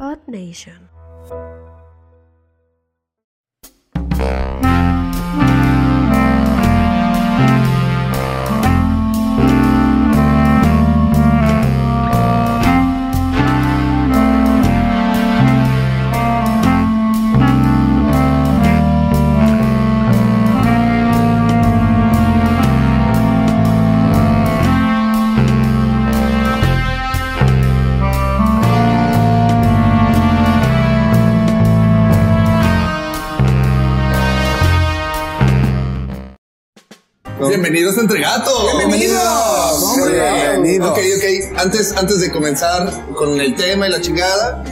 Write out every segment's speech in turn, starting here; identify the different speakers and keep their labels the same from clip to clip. Speaker 1: Earth Nation.
Speaker 2: Bienvenidos a Entre Gatos.
Speaker 3: Bienvenidos.
Speaker 2: Hombre.
Speaker 3: Bienvenidos.
Speaker 2: Ok, ok. Antes, antes de comenzar con el tema y la chingada,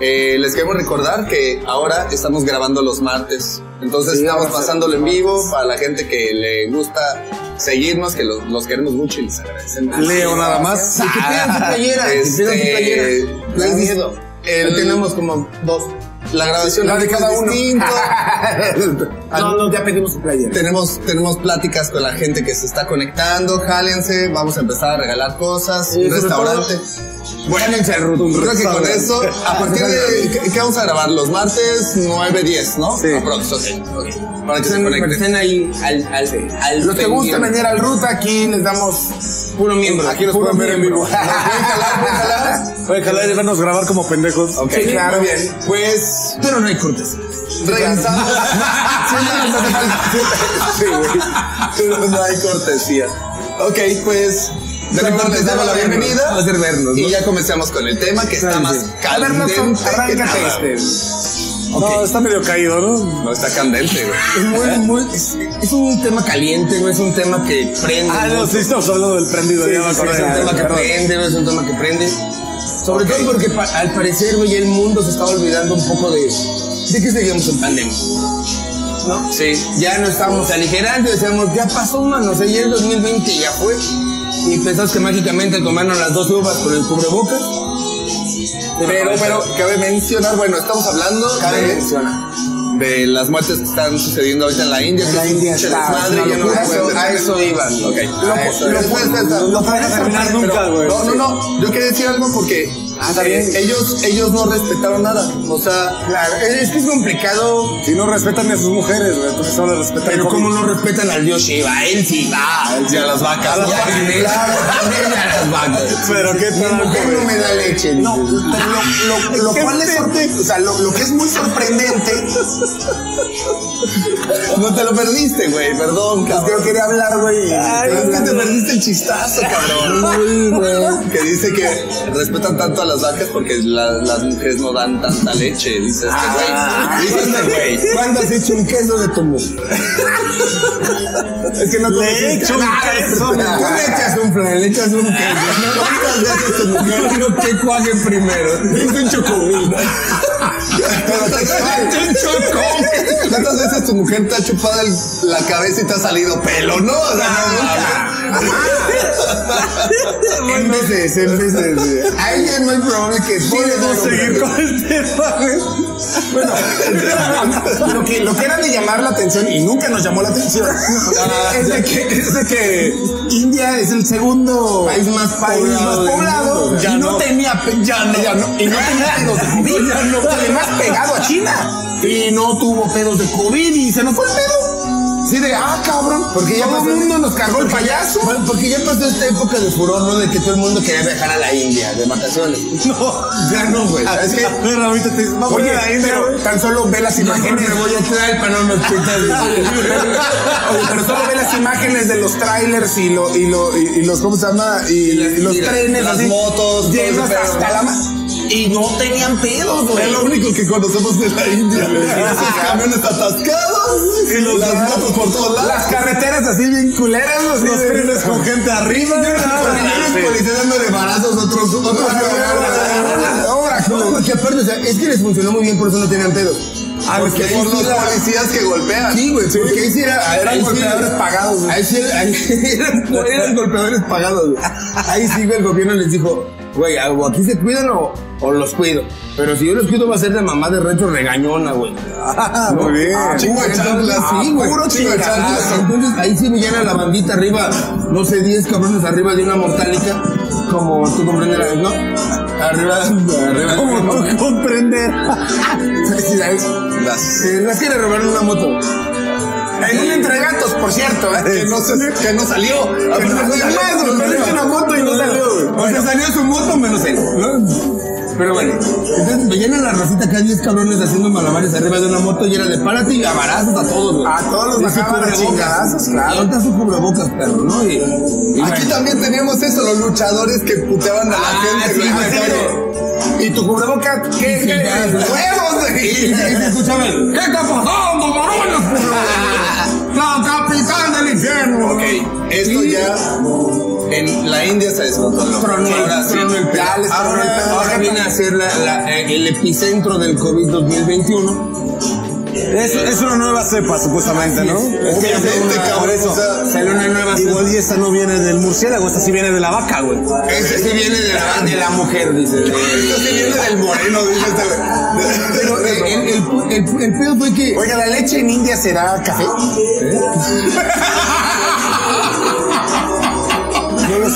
Speaker 2: eh, les queremos recordar que ahora estamos grabando los martes. Entonces
Speaker 3: Sí,
Speaker 2: estamos
Speaker 3: vamos a hacer
Speaker 2: pasándolo en
Speaker 3: los
Speaker 2: vivo
Speaker 3: martes.
Speaker 2: para la gente que le gusta seguirnos, que los, los queremos mucho y les agradecemos.
Speaker 3: Leo nada más.
Speaker 2: Y que pidan su playera, que
Speaker 3: Este,
Speaker 2: pidan su playera.
Speaker 3: da
Speaker 2: Les-
Speaker 3: miedo.
Speaker 2: el-
Speaker 3: Ya tenemos como dos.
Speaker 2: La grabación
Speaker 3: La de
Speaker 2: es
Speaker 3: cada uno.
Speaker 2: distinto.
Speaker 3: Ah, no, no, ya pedimos su player.
Speaker 2: Tenemos, tenemos pláticas con la gente que se está conectando, jálense, vamos a empezar a regalar cosas,
Speaker 3: Sí,
Speaker 2: un
Speaker 3: sobre
Speaker 2: restaurante. Bueno, creo que con eso, a partir de, ¿qué- ¿qué vamos a grabar? Los martes 9, 10, ¿no?
Speaker 3: Sí.
Speaker 2: Aprox, ok, ok. Para que se conecten.
Speaker 3: ahí al, al, Los que gustan venir al ruta, aquí les damos puro miembro. Aquí los
Speaker 2: Puro
Speaker 3: pueden ver en
Speaker 2: miembro.
Speaker 3: vivo.
Speaker 4: Puede jalar y vernos grabar como pendejos.
Speaker 2: Ok,
Speaker 3: Sí,
Speaker 2: claro.
Speaker 3: muy
Speaker 2: bien. Pues,
Speaker 3: Pero no hay cortes.
Speaker 2: regresamos. Sí, no, no hace falta. No hay cortesía. Ok, pues. De mi parte, les damos la bienvenida.
Speaker 3: Un placer vernos,
Speaker 2: Y
Speaker 3: ¿no?
Speaker 2: ya comenzamos con el tema que está
Speaker 3: Claro,
Speaker 2: más
Speaker 3: sí. A ver,
Speaker 2: caliente.
Speaker 3: Nelson, arráncate este.
Speaker 4: No, está medio caído, ¿no?
Speaker 2: No está candente, güey.
Speaker 3: Es
Speaker 2: ¿Eh?
Speaker 3: muy, muy. Es, es un tema caliente, no es un tema que prende.
Speaker 4: Ah,
Speaker 3: ¿no?
Speaker 4: no, sí, estamos hablando del prendido.
Speaker 3: Sí,
Speaker 4: ya
Speaker 3: sí,
Speaker 4: me
Speaker 3: sí,
Speaker 4: acordé.
Speaker 3: es un tema que
Speaker 4: Perdón.
Speaker 3: prende, no es un tema que prende. Sobre todo porque pa- al parecer, güey, el mundo se estaba olvidando un poco de, de que seguimos en pandemia. ¿No?
Speaker 2: Sí.
Speaker 3: Ya no estábamos aligerando, decíamos, ya pasó, mano, o sea, ya el 2020 ya fue. Y pensás que mágicamente tomaron las dos uvas con el cubrebocas.
Speaker 2: Pero, pero, cabe mencionar, bueno, estamos hablando
Speaker 3: cabe
Speaker 2: de,
Speaker 3: mencionar.
Speaker 2: de las muertes que están sucediendo ahorita en la India.
Speaker 3: En la
Speaker 2: que es un
Speaker 3: India
Speaker 2: pinche
Speaker 3: está-
Speaker 2: desmadre,
Speaker 3: es una
Speaker 2: ya no
Speaker 3: locura.
Speaker 2: me acuerdo.
Speaker 3: A eso iban.
Speaker 2: Ok.
Speaker 3: Lo-
Speaker 2: A eso
Speaker 3: lo-
Speaker 2: iban.
Speaker 3: puedes-
Speaker 2: Después-
Speaker 3: lo puedes
Speaker 4: terminar
Speaker 2: pero-
Speaker 4: nunca, güey.
Speaker 2: No, no, no. Yo quería decir algo porque
Speaker 3: Ah, está
Speaker 2: eh,
Speaker 3: bien.
Speaker 2: ellos, ellos no respetaron nada. O sea,
Speaker 3: Claro, es es que es complicado
Speaker 4: Si no respetan ni a sus mujeres, güey, entonces solo respetan
Speaker 3: Pero
Speaker 4: al
Speaker 3: cómo
Speaker 4: COVID.
Speaker 3: no respetan al dios Shiva, él sí va.
Speaker 2: y a las vacas.
Speaker 3: A las
Speaker 2: Ya,
Speaker 3: vacas.
Speaker 2: neta.
Speaker 3: las vacas.
Speaker 4: Pero qué tal,
Speaker 3: mujer no
Speaker 4: güey.
Speaker 3: me da leche.
Speaker 5: No,
Speaker 3: dices.
Speaker 5: pero lo, lo- lo cual
Speaker 3: este
Speaker 5: es sorpre- o sea, lo, lo que es muy sorprendente,
Speaker 2: No te lo perdiste, güey. Perdón,
Speaker 5: pues
Speaker 2: cabrón.
Speaker 5: yo quería hablar, güey.
Speaker 2: Pero es que te
Speaker 5: Hablando-
Speaker 2: perdiste el chistazo, cabrón. que dice que respetan tanto a las vacas porque la- las mujeres no dan tanta leche. Dice este güey.
Speaker 5: Ah.
Speaker 2: dice este güey.
Speaker 3: ¿Cuándo has hecho un queso de tu mujer?
Speaker 5: es que no te
Speaker 4: Le he hecho un queso.
Speaker 3: Tú le echas un flan, le echas un queso. ¿no? ¿Cuántas veces tu mujer dijo que cuaje primero? Es un chocomil.
Speaker 2: Pero te ¿Cuántas veces tu mujer te ha chupado el- la cabeza y te ha salido pelo? No, o sea,
Speaker 3: Ah, En veces, en veces. A ella no es probable que
Speaker 4: Podemos seguir con el tema, güey.
Speaker 5: lo que, lo que era de llamar la atención y nunca nos llamó la atención es, de que, es de que India es el segundo país más
Speaker 3: poblado del
Speaker 5: poblado
Speaker 3: mundo.
Speaker 5: y
Speaker 3: Ya
Speaker 5: no,
Speaker 3: no.
Speaker 5: tenía pe- ya no, y no tenía pedos de COVID además pegado a China y no tuvo pedos de COVID y se nos fue el pedo sí de ah cabrón
Speaker 3: Porque ya
Speaker 5: todo
Speaker 3: pasó-
Speaker 5: el mundo nos cargó el payaso
Speaker 3: Bueno, porque ya pasó esta época de furor, ¿no? De que todo el mundo quería viajar a la India de vacaciones.
Speaker 4: No.
Speaker 3: Ya no, güey. Es que
Speaker 4: A ver, ahorita te dices, vamos
Speaker 5: Oye,
Speaker 4: a la India,
Speaker 5: pero
Speaker 4: güey.
Speaker 5: tan solo ve las imágenes.
Speaker 3: me voy a traer para no
Speaker 5: Oye, pero solo ve las imágenes de los trailers y lo y lo y, y los cómo se llama y, y los
Speaker 2: y la-
Speaker 5: trenes
Speaker 2: las
Speaker 5: así,
Speaker 2: motos,
Speaker 5: llenos
Speaker 2: todo ese
Speaker 5: hasta
Speaker 2: pedo,
Speaker 5: la ma- y no tenían pedos, güey.
Speaker 2: es lo único que conocemos de la India. güey. Esos camiones atascados y los las motos por todos lados.
Speaker 5: Las carreteras así bien culeras, así
Speaker 4: Los
Speaker 5: de-
Speaker 4: trenes con gente arriba.
Speaker 2: Los policías dándole balazos a otros. otros
Speaker 5: Ahora,
Speaker 3: No, porque aparte, o sea, es que les funcionó muy bien, por eso no tenían pedos.
Speaker 2: Ah, porque
Speaker 3: ahí
Speaker 2: por
Speaker 3: sí
Speaker 2: los
Speaker 3: la-
Speaker 2: policías que golpean.
Speaker 3: Sí, güey, porque ahí sí era...
Speaker 5: eran
Speaker 3: ahí sí-
Speaker 5: golpeadores pagados, güey.
Speaker 3: Ahí sí era- ahí eran, eran golpeadores pagados, güey. Ahí sí, güey, el gobierno les dijo, güey, o aquí se cuidan o, o los cuido. Pero si yo los cuido va a ser de mamá de recho regañona, güey.
Speaker 4: Ah, Muy bien.
Speaker 3: Ah,
Speaker 2: chingo de chanclas,
Speaker 3: sí, güey.
Speaker 2: puro chingo de chanclas.
Speaker 3: Entonces ahí sí veían a la bandita arriba, no sé, 10 cabrones arriba de una mortálica, como tú comprenderás, ¿no?
Speaker 4: Arriba, arriba.
Speaker 6: Como tú comprender.
Speaker 4: Felicidades.
Speaker 2: Gracias.
Speaker 4: Eh, no es que le robaron una moto.
Speaker 3: En un entregatos, por cierto. ¿eh?
Speaker 2: Que no, se- que no salió. Ah,
Speaker 4: Pero
Speaker 2: pero no
Speaker 4: no
Speaker 2: salió.
Speaker 4: salió,
Speaker 3: nos
Speaker 4: no
Speaker 3: parece
Speaker 4: salió.
Speaker 3: una moto y no salió, güey.
Speaker 4: O sea, salió su moto menos él. ¿no? Pero bueno, entonces me llena la racita acá 10 cabrones haciendo malabares arriba de una moto llena de párate y abarazos a todos, güey.
Speaker 3: A todos los
Speaker 4: Y su
Speaker 3: bajaban a chingadazos, claro.
Speaker 4: Y ahorita su cubrebocas, perro, ¿no? Y, y
Speaker 2: Aquí
Speaker 4: bueno.
Speaker 2: también teníamos eso, los luchadores que puteaban a la
Speaker 4: Ah,
Speaker 2: gente.
Speaker 4: sí,
Speaker 2: güey,
Speaker 4: güey,
Speaker 2: en la calle.
Speaker 3: Y tu cubreboca, ¿qué?
Speaker 4: Sí,
Speaker 3: qué?
Speaker 4: ya, ya.
Speaker 3: ¡Huevos!
Speaker 4: Y
Speaker 3: güey!
Speaker 4: se escuchaba el, ¿Qué está pasando, morones, culo? La capital del infierno.
Speaker 2: Ok, esto
Speaker 4: Y-
Speaker 2: ya en la India se descontroló.
Speaker 4: Tronó,
Speaker 2: Ahora sí.
Speaker 4: tronó el pelo.
Speaker 2: Ya les tronó el
Speaker 4: ahora,
Speaker 2: pelo.
Speaker 4: ahora viene a ser la- la- eh, el epicentro del COVID 2021.
Speaker 6: Es, es una nueva cepa, supuestamente, ¿no?
Speaker 4: Es que ya
Speaker 2: Obviamente,
Speaker 4: salió una-
Speaker 2: cabrón,
Speaker 6: por eso.
Speaker 2: o sea,
Speaker 4: Sale una nueva cepa.
Speaker 6: Igual y esa no viene del murciélago, esta sí viene de la vaca, güey.
Speaker 2: Ese sí viene de la
Speaker 4: Ah, de la mujer, dice.
Speaker 2: Ese sí viene del moreno, dice este
Speaker 4: Pero eh,
Speaker 2: güey.
Speaker 4: el, el, el, el- el pedo fue que.
Speaker 3: Oiga, ¿la leche en India será café?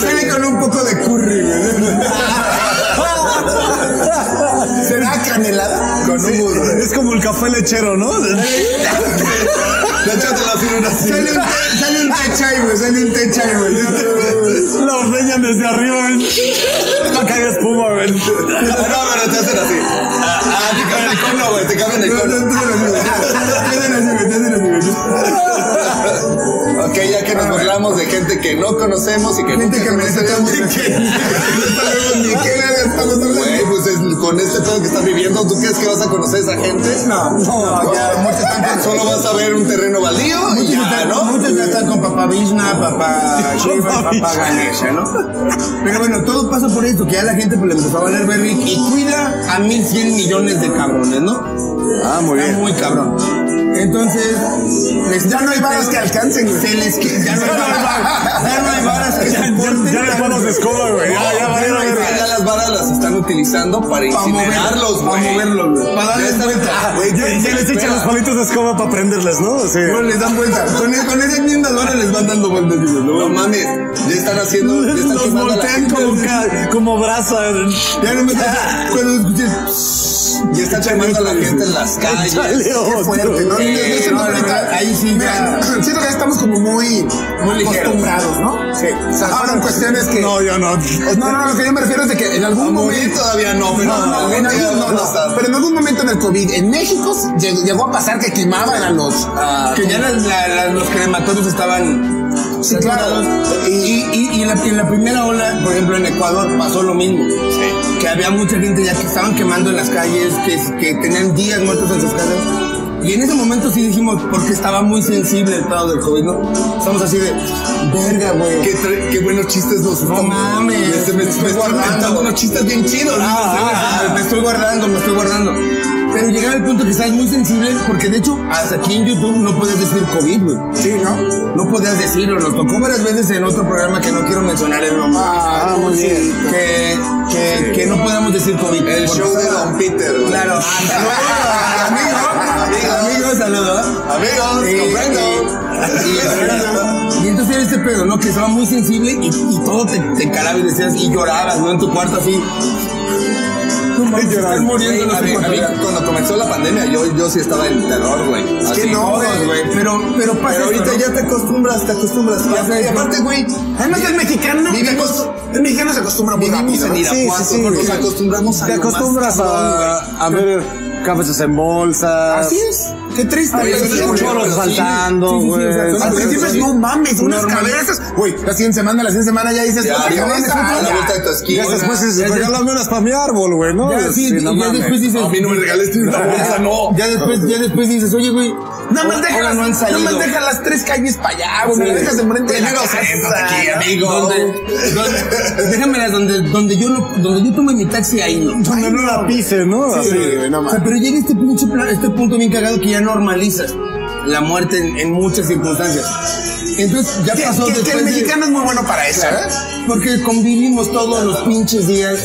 Speaker 4: Sale con un poco de curry,
Speaker 3: ¿Será canelada?
Speaker 2: Con un burro.
Speaker 6: Es como el café lechero, ¿no?
Speaker 2: De hecho, te la sirven así.
Speaker 4: Sale un, té- sale un té chai, güey. Sale un té chai, güey.
Speaker 6: La ordeñan desde arriba, güey. No caiga espuma, güey.
Speaker 2: No, pero te hacen así. Ah, ah, te cambian el cono, güey. Te cambian el cono. Ok, ya que nos burlamos de gente que no conocemos y que
Speaker 4: Gente
Speaker 2: nunca
Speaker 4: que merece todo
Speaker 2: conoceremos,
Speaker 4: el
Speaker 2: que no sabemos ni qué verga estamos hablando. Güey, pues es- con este pedo que estás viviendo, ¿tú crees que vas a conocer a esa gente?
Speaker 4: No, no, ya.
Speaker 2: muchos están- solo vas a ver un terreno baldío y
Speaker 4: Muchos,
Speaker 2: ya,
Speaker 4: están,
Speaker 2: ¿no?
Speaker 4: muchos ya están con papá Vishna, papá Shiva,
Speaker 6: Papá
Speaker 4: papá
Speaker 6: Vishnu.
Speaker 4: Ganesha, ¿no? Pero bueno, todo pasa por esto, que ya la gente pues, le empezó a valer Berry y cuida a 1.100 millones de cabrones, ¿no?
Speaker 6: Ah, muy
Speaker 4: Está
Speaker 6: bien.
Speaker 4: muy cabrón. Entonces, les- ya no hay varas que alcancen, güey. Se les qui- ya no hay varas, ya no hay varas que
Speaker 6: Ya,
Speaker 4: soporten
Speaker 6: ya
Speaker 4: la-
Speaker 6: les manos de escoba, güey. Ya, ya,
Speaker 2: Pero
Speaker 6: valieron,
Speaker 2: ahí
Speaker 6: verga.
Speaker 2: sí ya las varas las están utilizando para
Speaker 4: para moverlos,
Speaker 2: incinerarlos, güey.
Speaker 4: para moverlos, güey. Para
Speaker 2: Ya
Speaker 4: darles
Speaker 2: están-
Speaker 4: vuelta.
Speaker 2: ah, güey,
Speaker 6: Ya, ya les echan los palitos de escoba para prenderles, ¿no? Sí.
Speaker 4: Bueno, les dan vuelta. Con, e- con esas mismas varas les van dando vueltas. dices,
Speaker 2: No
Speaker 4: ¿no?
Speaker 2: mames, ya están haciendo. Ya están
Speaker 6: Los
Speaker 2: quemando a la
Speaker 6: voltean
Speaker 2: gente,
Speaker 6: como, ca- como brasa. Ah, güey.
Speaker 4: Ya no me Cuando escuché.
Speaker 2: Ya están quemando a la gente en las calles.
Speaker 6: Chale, otro.
Speaker 3: Fuerte, ¿no?
Speaker 2: Sí,
Speaker 3: Desde ese
Speaker 4: no,
Speaker 3: momento,
Speaker 4: la verdad, ahí sí
Speaker 3: Mira,
Speaker 4: ya-
Speaker 3: siento que ya estamos como muy,
Speaker 4: Muy ligeros.
Speaker 3: acostumbrados, ¿no?
Speaker 4: Sí.
Speaker 3: Ahora, en cuestiones que...
Speaker 6: Ah, pues, No, yo no.
Speaker 3: No, no, lo que yo me refiero es de que en algún
Speaker 2: Morir
Speaker 3: momento...
Speaker 2: todavía no, pero
Speaker 3: No, no, en algún- no, no, pero en algún momento en el COVID, en México llegó, llegó a pasar que quemaban a los... a-
Speaker 4: Que ya las- la- la- los crematorios estaban.
Speaker 3: Sí, claro.
Speaker 4: saturados. Y, y- y en, la, en la primera ola, por ejemplo, en Ecuador pasó lo mismo. Que había mucha gente ya que estaban quemando en las calles, que, que tenían días muertos en sus casas. Y en ese momento sí dijimos, porque estaba muy sensible el estado del COVID, ¿no? Estamos así de, verga, güey.
Speaker 2: Qué, tre- qué buenos chistes nos este,
Speaker 4: No mames.
Speaker 2: Me, me, me estoy
Speaker 4: guardando.
Speaker 2: inventando unos chistes bien chidos.
Speaker 4: Ah, ah, me estoy guardando, me estoy guardando. Pero llegaba el punto que estabas muy sensible, porque de hecho, hasta aquí en YouTube no podías decir COVID, güey.
Speaker 3: Sí, ¿no?
Speaker 4: No podías decirlo, nos tocó varias veces en otro programa que no quiero mencionar el nombre.
Speaker 3: Ah, muy bien.
Speaker 4: Que, que, que no podemos decir COVID.
Speaker 2: El
Speaker 4: Porque-
Speaker 2: show de Don Peter. güey.
Speaker 4: Claro. ah, Amigo, amigo, saludos.
Speaker 2: Amigos,
Speaker 4: Sí,
Speaker 2: comprendo.
Speaker 4: Y entonces era este pedo, ¿no? Que estaba muy sensible y, y todo te, te encaraba y decías, y llorabas, ¿no? En tu cuarto así. No mames, se están muriendo los
Speaker 2: A mí- a mí,
Speaker 4: ecuatorianos.
Speaker 2: cuando comenzó la pandemia, yo, yo sí estaba en terror, güey. Así,
Speaker 4: Que no,
Speaker 2: todos,
Speaker 4: güey. Pero, pero pasa
Speaker 2: Pero ahorita
Speaker 4: esto, ¿no? Ah,
Speaker 2: ya te acostumbras, te acostumbras.
Speaker 4: Ya sé.
Speaker 2: Y aparte, güey,
Speaker 3: Además, el mexicano...
Speaker 2: Vivimos-
Speaker 3: el mexicano se acostumbra muy
Speaker 2: vivimos
Speaker 3: rápido.
Speaker 2: en
Speaker 3: ¿no?
Speaker 2: Irapuato,
Speaker 6: Sí, sí, sí.
Speaker 2: nos acostumbramos a
Speaker 6: Te
Speaker 2: lo más
Speaker 6: acostumbras
Speaker 2: cabrón,
Speaker 6: a, a ver cabezas en bolsas.
Speaker 3: Así es. Qué triste.
Speaker 6: Ay,
Speaker 3: pero
Speaker 6: son
Speaker 3: sí,
Speaker 6: un
Speaker 3: güey.
Speaker 6: chorro
Speaker 2: pero sí.
Speaker 6: saltando,
Speaker 4: Sí, sí, sí,
Speaker 6: güey.
Speaker 4: o sea, son-
Speaker 3: Al principio es no mames, unas
Speaker 4: Normal.
Speaker 3: cabezas. Güey, la siguiente semana, la siguiente semana ya dices,
Speaker 2: Ya,
Speaker 3: otra
Speaker 2: ya,
Speaker 3: cabeza,
Speaker 2: a la
Speaker 3: ya.
Speaker 2: vuelta de tu
Speaker 6: Y
Speaker 2: esquina.
Speaker 6: ya después es,
Speaker 4: Ya, ya.
Speaker 6: regálame unas para mi árbol, güey, ¿no?
Speaker 4: Ya, sí,
Speaker 6: no
Speaker 4: y ya
Speaker 6: mames.
Speaker 4: después dices.
Speaker 2: güey. A mí no me regalaste una bolsa, no.
Speaker 4: Ya después, ya después dices, oye, güey.
Speaker 3: Nada
Speaker 4: ahora
Speaker 3: más deja las,
Speaker 4: no han
Speaker 3: nada
Speaker 4: salido.
Speaker 3: más deja las tres calles para allá, güey.
Speaker 4: Sí.
Speaker 3: Me las dejas enfrente de la
Speaker 2: Primero
Speaker 3: casa,
Speaker 2: sentas aquí,
Speaker 3: ¿no?
Speaker 2: amigo.
Speaker 4: Donde, donde, déjamelas donde, donde yo no, donde yo tome mi taxi ahí, ¿no?
Speaker 6: Donde no la pise, ¿no?
Speaker 3: Sí,
Speaker 6: Así.
Speaker 3: güey, no
Speaker 4: O sea,
Speaker 3: mames.
Speaker 4: pero llega este pinche pla- este punto bien cagado que ya normalizas la muerte en, en muchas circunstancias. Entonces ya
Speaker 3: Que,
Speaker 4: pasó
Speaker 3: que- que
Speaker 4: después
Speaker 3: el
Speaker 4: de-
Speaker 3: mexicano es muy bueno para eso, ¿eh?
Speaker 4: porque convivimos todos los pinches días,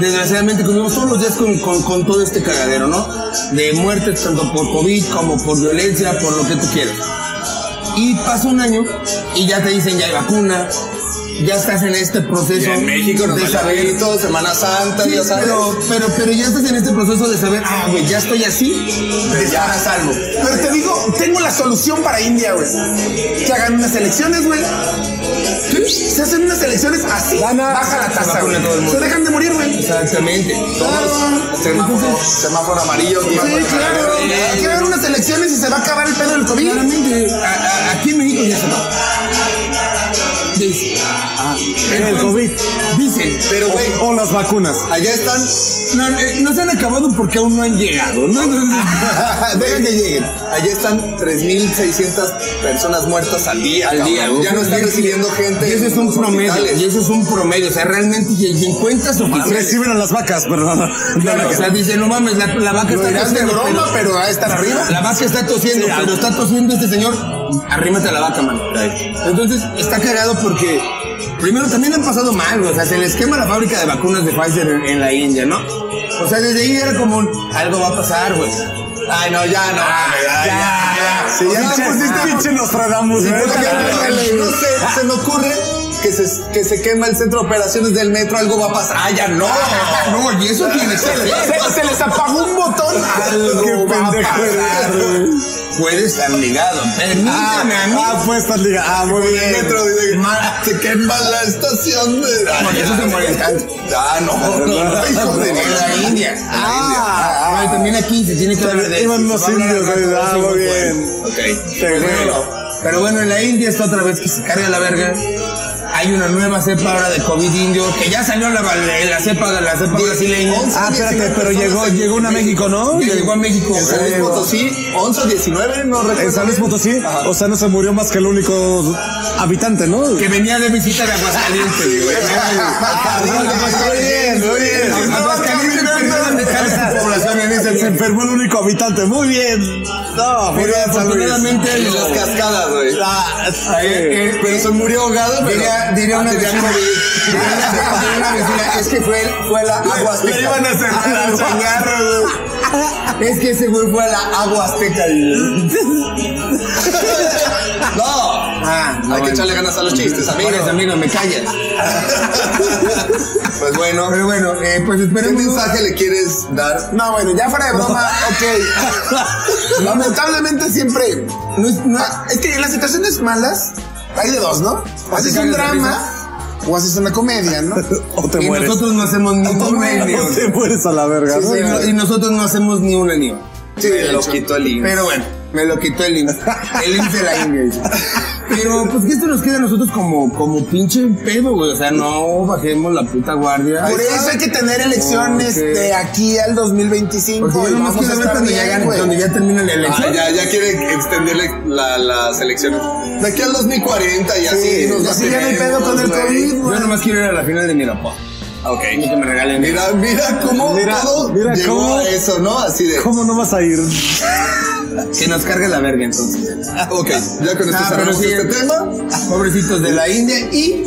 Speaker 4: desgraciadamente convivimos todos los días con, con- con todo este cagadero, ¿no? De muertes tanto por COVID como por violencia, por lo que tú quieras. Y pasa un año y ya te dicen ya hay vacuna,
Speaker 3: ya estás en este proceso
Speaker 4: Y en México nos
Speaker 3: de
Speaker 4: vale
Speaker 3: saber
Speaker 2: Chavito, Semana Santa,
Speaker 3: Sí,
Speaker 2: ya sabes.
Speaker 3: pero, pero, pero ya estás en este proceso de saber, ah, güey, ya estoy así, de estar a salvo.
Speaker 5: Pero te digo, tengo la solución para India, güey. Que hagan unas elecciones, güey. Se hacen unas elecciones así.
Speaker 3: Gana,
Speaker 5: baja la
Speaker 3: se
Speaker 5: tasa,
Speaker 3: vacuna
Speaker 5: güey.
Speaker 3: todo el mundo.
Speaker 5: Se dejan de morir, güey.
Speaker 3: Exactamente.
Speaker 5: Claro.
Speaker 2: Semáforo, semáforo amarillo.
Speaker 5: Sí,
Speaker 2: semáforo
Speaker 5: claro.
Speaker 2: verde.
Speaker 5: Hay que haber unas elecciones y se va a acabar el pedo del COVID.
Speaker 3: Claramente, a- a- aquí en México ya se va. Dice-
Speaker 4: El COVID.
Speaker 3: Dicen,
Speaker 2: Pero, güey,
Speaker 4: O, o las vacunas.
Speaker 2: allá están.
Speaker 3: no, eh, no se han acabado porque aún no han llegado. No, no, no.
Speaker 2: Dejen que lleguen. Allá están 3.600 personas muertas al día.
Speaker 3: Al
Speaker 2: cabrón.
Speaker 3: día, güey.
Speaker 2: Ya no están recibiendo gente.
Speaker 3: Y eso es
Speaker 2: en
Speaker 3: un
Speaker 2: los
Speaker 3: promedio,
Speaker 2: hospitales.
Speaker 3: y eso es un promedio. O sea, realmente, y, y en cuentas oficiales.
Speaker 4: Reciben a las vacas, perdón.
Speaker 3: Claro, o sea, dicen, no mames, la, la vaca
Speaker 5: Lo
Speaker 3: está
Speaker 5: dirás de
Speaker 3: tosiendo,
Speaker 5: broma,
Speaker 3: pero-
Speaker 5: pero a estar arriba.
Speaker 3: La vaca está tosiendo,
Speaker 4: Sí,
Speaker 3: pero
Speaker 4: ah.
Speaker 3: está tosiendo este señor. Arrímate a la vaca, mano. Entonces, está cagado porque, primero, también han pasado mal, güey. o sea, se les quema la fábrica de vacunas de Pfizer en, en la India, ¿no? O sea, desde ahí era como, un, algo va a pasar, güey. Ay, no, ya, no. ya, ya.
Speaker 4: Si
Speaker 3: O sea,
Speaker 4: ya te
Speaker 3: pues,
Speaker 4: pusiste
Speaker 3: ah,
Speaker 4: pinche Nostradamus, ¿eh? güey.
Speaker 2: Porque, güey, No sé, se me ocurre que se, que se quema el centro de operaciones del metro, algo va a pasar. Ah, ya no.
Speaker 3: No, y eso tiene que ser.
Speaker 5: Se, se les apagó un botón.
Speaker 4: Qué
Speaker 5: Algo va a
Speaker 4: pendejo eres,
Speaker 5: pasar.
Speaker 4: güey.
Speaker 3: Puede estar ligado.
Speaker 4: Ah,
Speaker 3: Permítame a mí.
Speaker 4: ah, pues estás liga. Ah, muy
Speaker 2: El
Speaker 4: bien.
Speaker 2: metro dice, se quema la estación de. Ah,
Speaker 3: Por
Speaker 2: ya.
Speaker 3: eso se mueren tanto.
Speaker 2: Ah, no, no, no, hijo de
Speaker 3: En la India. en la
Speaker 4: Ah,
Speaker 3: India. Ay, también aquí se tiene que hablar de
Speaker 4: Iban
Speaker 3: eso,
Speaker 4: los
Speaker 3: se va a hablar
Speaker 4: indios,
Speaker 3: al rato,
Speaker 4: güey. Ah,
Speaker 3: sí,
Speaker 4: muy
Speaker 3: muy
Speaker 4: bien.
Speaker 2: Ok.
Speaker 4: Te
Speaker 3: bueno.
Speaker 4: veo.
Speaker 3: Pero bueno, en la India está otra vez que se carga la verga. Hay una nueva cepa ahora de COVID indio que ya salió la, la cepa, la cepa brasileña.
Speaker 4: Ah, espérate, pero llegó,
Speaker 2: personas
Speaker 4: llegó una a México, ¿no?
Speaker 3: Ya llegó a México.
Speaker 2: En San Luis
Speaker 3: güey.
Speaker 2: Potosí, 11 o 19, no recuerdo.
Speaker 4: En San Luis
Speaker 2: bien.
Speaker 4: Potosí, o sea, no se murió más que el único habitante, ¿no?
Speaker 3: Que venía de visita de Aguascalientes, güey.
Speaker 2: Ah,
Speaker 4: Ah,
Speaker 2: dale,
Speaker 4: pues,
Speaker 2: dale,
Speaker 4: muy bien.
Speaker 3: Aguascalientes empezaron a dejar a su población en ese
Speaker 4: Se
Speaker 3: viaje.
Speaker 4: enfermó el único habitante, muy bien. No, muy
Speaker 3: Pero
Speaker 4: bien, San Luis.
Speaker 3: afortunadamente
Speaker 2: En las cascadas, güey.
Speaker 4: Ah, sí.
Speaker 3: eh,
Speaker 2: Pero se murió ahogado, pero.
Speaker 3: Diría, diría una
Speaker 2: tenía
Speaker 3: vecina,
Speaker 2: COVID.
Speaker 3: diría una vecina, es que fue, fue la agua azteca.
Speaker 4: Le iban a cerrar
Speaker 3: Ah,
Speaker 4: el changarro,
Speaker 3: Es que ese güey fue a la agua azteca.
Speaker 2: No.
Speaker 3: Ah,
Speaker 2: Hay que echarle ganas a los chistes, amigo.
Speaker 3: Por eso, amigo, me callas.
Speaker 2: Pues bueno.
Speaker 3: Pero bueno, eh, pues
Speaker 2: ¿Qué
Speaker 3: esperemos.
Speaker 2: mensaje le quieres dar?
Speaker 5: No, bueno, ya fuera de broma, ok. Lamentablemente siempre.
Speaker 3: No es- no-
Speaker 5: Ah, Es que en las situaciones malas hay de dos, ¿no?
Speaker 3: O
Speaker 5: Haces
Speaker 3: te
Speaker 5: un
Speaker 3: cagas de
Speaker 5: drama o haces una comedia, ¿no?
Speaker 4: O te
Speaker 3: y
Speaker 4: mueres.
Speaker 3: nosotros no hacemos ni una ni
Speaker 4: O
Speaker 3: otra.
Speaker 4: te mueres a la verga,
Speaker 3: Sí,
Speaker 4: ¿no?
Speaker 3: y no- Y nosotros no hacemos ni una ni otra.
Speaker 2: Sí, lo quitó el IMSS.
Speaker 3: Pero bueno, me lo quitó el IMSS. El IMSS de la India. dice. Pero pues que esto nos queda a nosotros como, como pinche pedo, güey. O sea, no bajemos la puta guardia.
Speaker 5: Por eso hay que tener elecciones
Speaker 3: Ok.
Speaker 5: de aquí al 2025.
Speaker 3: Porque yo
Speaker 5: y
Speaker 3: nomás
Speaker 5: vamos a
Speaker 3: quiero ver
Speaker 5: estar
Speaker 3: cuando ya,
Speaker 5: bien,
Speaker 3: gane-
Speaker 5: güey.
Speaker 3: cuando ya termine la
Speaker 2: Ah,
Speaker 3: elección.
Speaker 2: ya, ya quiere extenderle la, las elecciones. De aquí al 2040 y así
Speaker 5: Sí,
Speaker 2: nos va a
Speaker 5: así ya no hay
Speaker 2: tener,
Speaker 5: pedo con el
Speaker 2: güey.
Speaker 5: COVID,
Speaker 3: Yo
Speaker 5: güey.
Speaker 3: nomás quiero ir a la final de Mirapuá.
Speaker 2: Ok.
Speaker 3: Y que me regalen.
Speaker 2: Mira, mira cómo
Speaker 4: Mira,
Speaker 2: todo
Speaker 4: mira
Speaker 2: llegó
Speaker 4: cómo-
Speaker 2: a eso, ¿no? Así de.
Speaker 4: ¿Cómo no vas a ir?
Speaker 3: Que nos cargue la verga entonces.
Speaker 2: Ok, ya con esto
Speaker 3: Ah, pero
Speaker 2: cerramos
Speaker 3: sí,
Speaker 2: este tema.
Speaker 5: Ah.
Speaker 3: Pobrecitos de la India y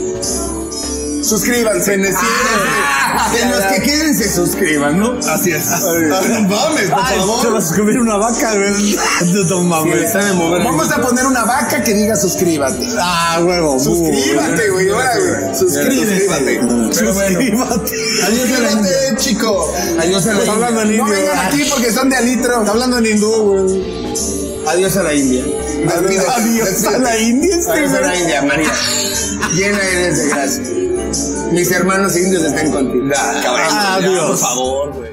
Speaker 5: Suscríbanse.
Speaker 3: que los que queden se suscriban, ¿no?
Speaker 2: Así es.
Speaker 4: Ay.
Speaker 2: Mames, por
Speaker 4: Ay, se
Speaker 2: favor.
Speaker 4: va a suscribir una vaca, güey. No
Speaker 3: Si
Speaker 4: mames.
Speaker 3: les sabe mover.
Speaker 5: Vamos a poner una vaca que diga suscríbate.
Speaker 4: Ah, huevo.
Speaker 5: Suscríbete, güey. Ahora, güey.
Speaker 2: Suscríbete.
Speaker 3: Pero bueno.
Speaker 4: Suscríbete.
Speaker 3: Adiós a la India.
Speaker 2: Suscríbete, chico.
Speaker 3: Adiós a la
Speaker 4: Hablando
Speaker 3: India.
Speaker 4: en
Speaker 5: No
Speaker 4: indio.
Speaker 5: vengan aquí porque son de alitro. Está hablando en hindú, güey.
Speaker 3: Adiós a la India.
Speaker 2: Despídete,
Speaker 4: Adiós a
Speaker 2: despídete.
Speaker 4: la India, este,
Speaker 3: Adiós a
Speaker 4: güey.
Speaker 3: la India, María. Llena eres de gracia. Mis hermanos indios estén contigo.
Speaker 2: Ya, cabrón. ya,
Speaker 4: Adiós.
Speaker 2: Por favor, güey.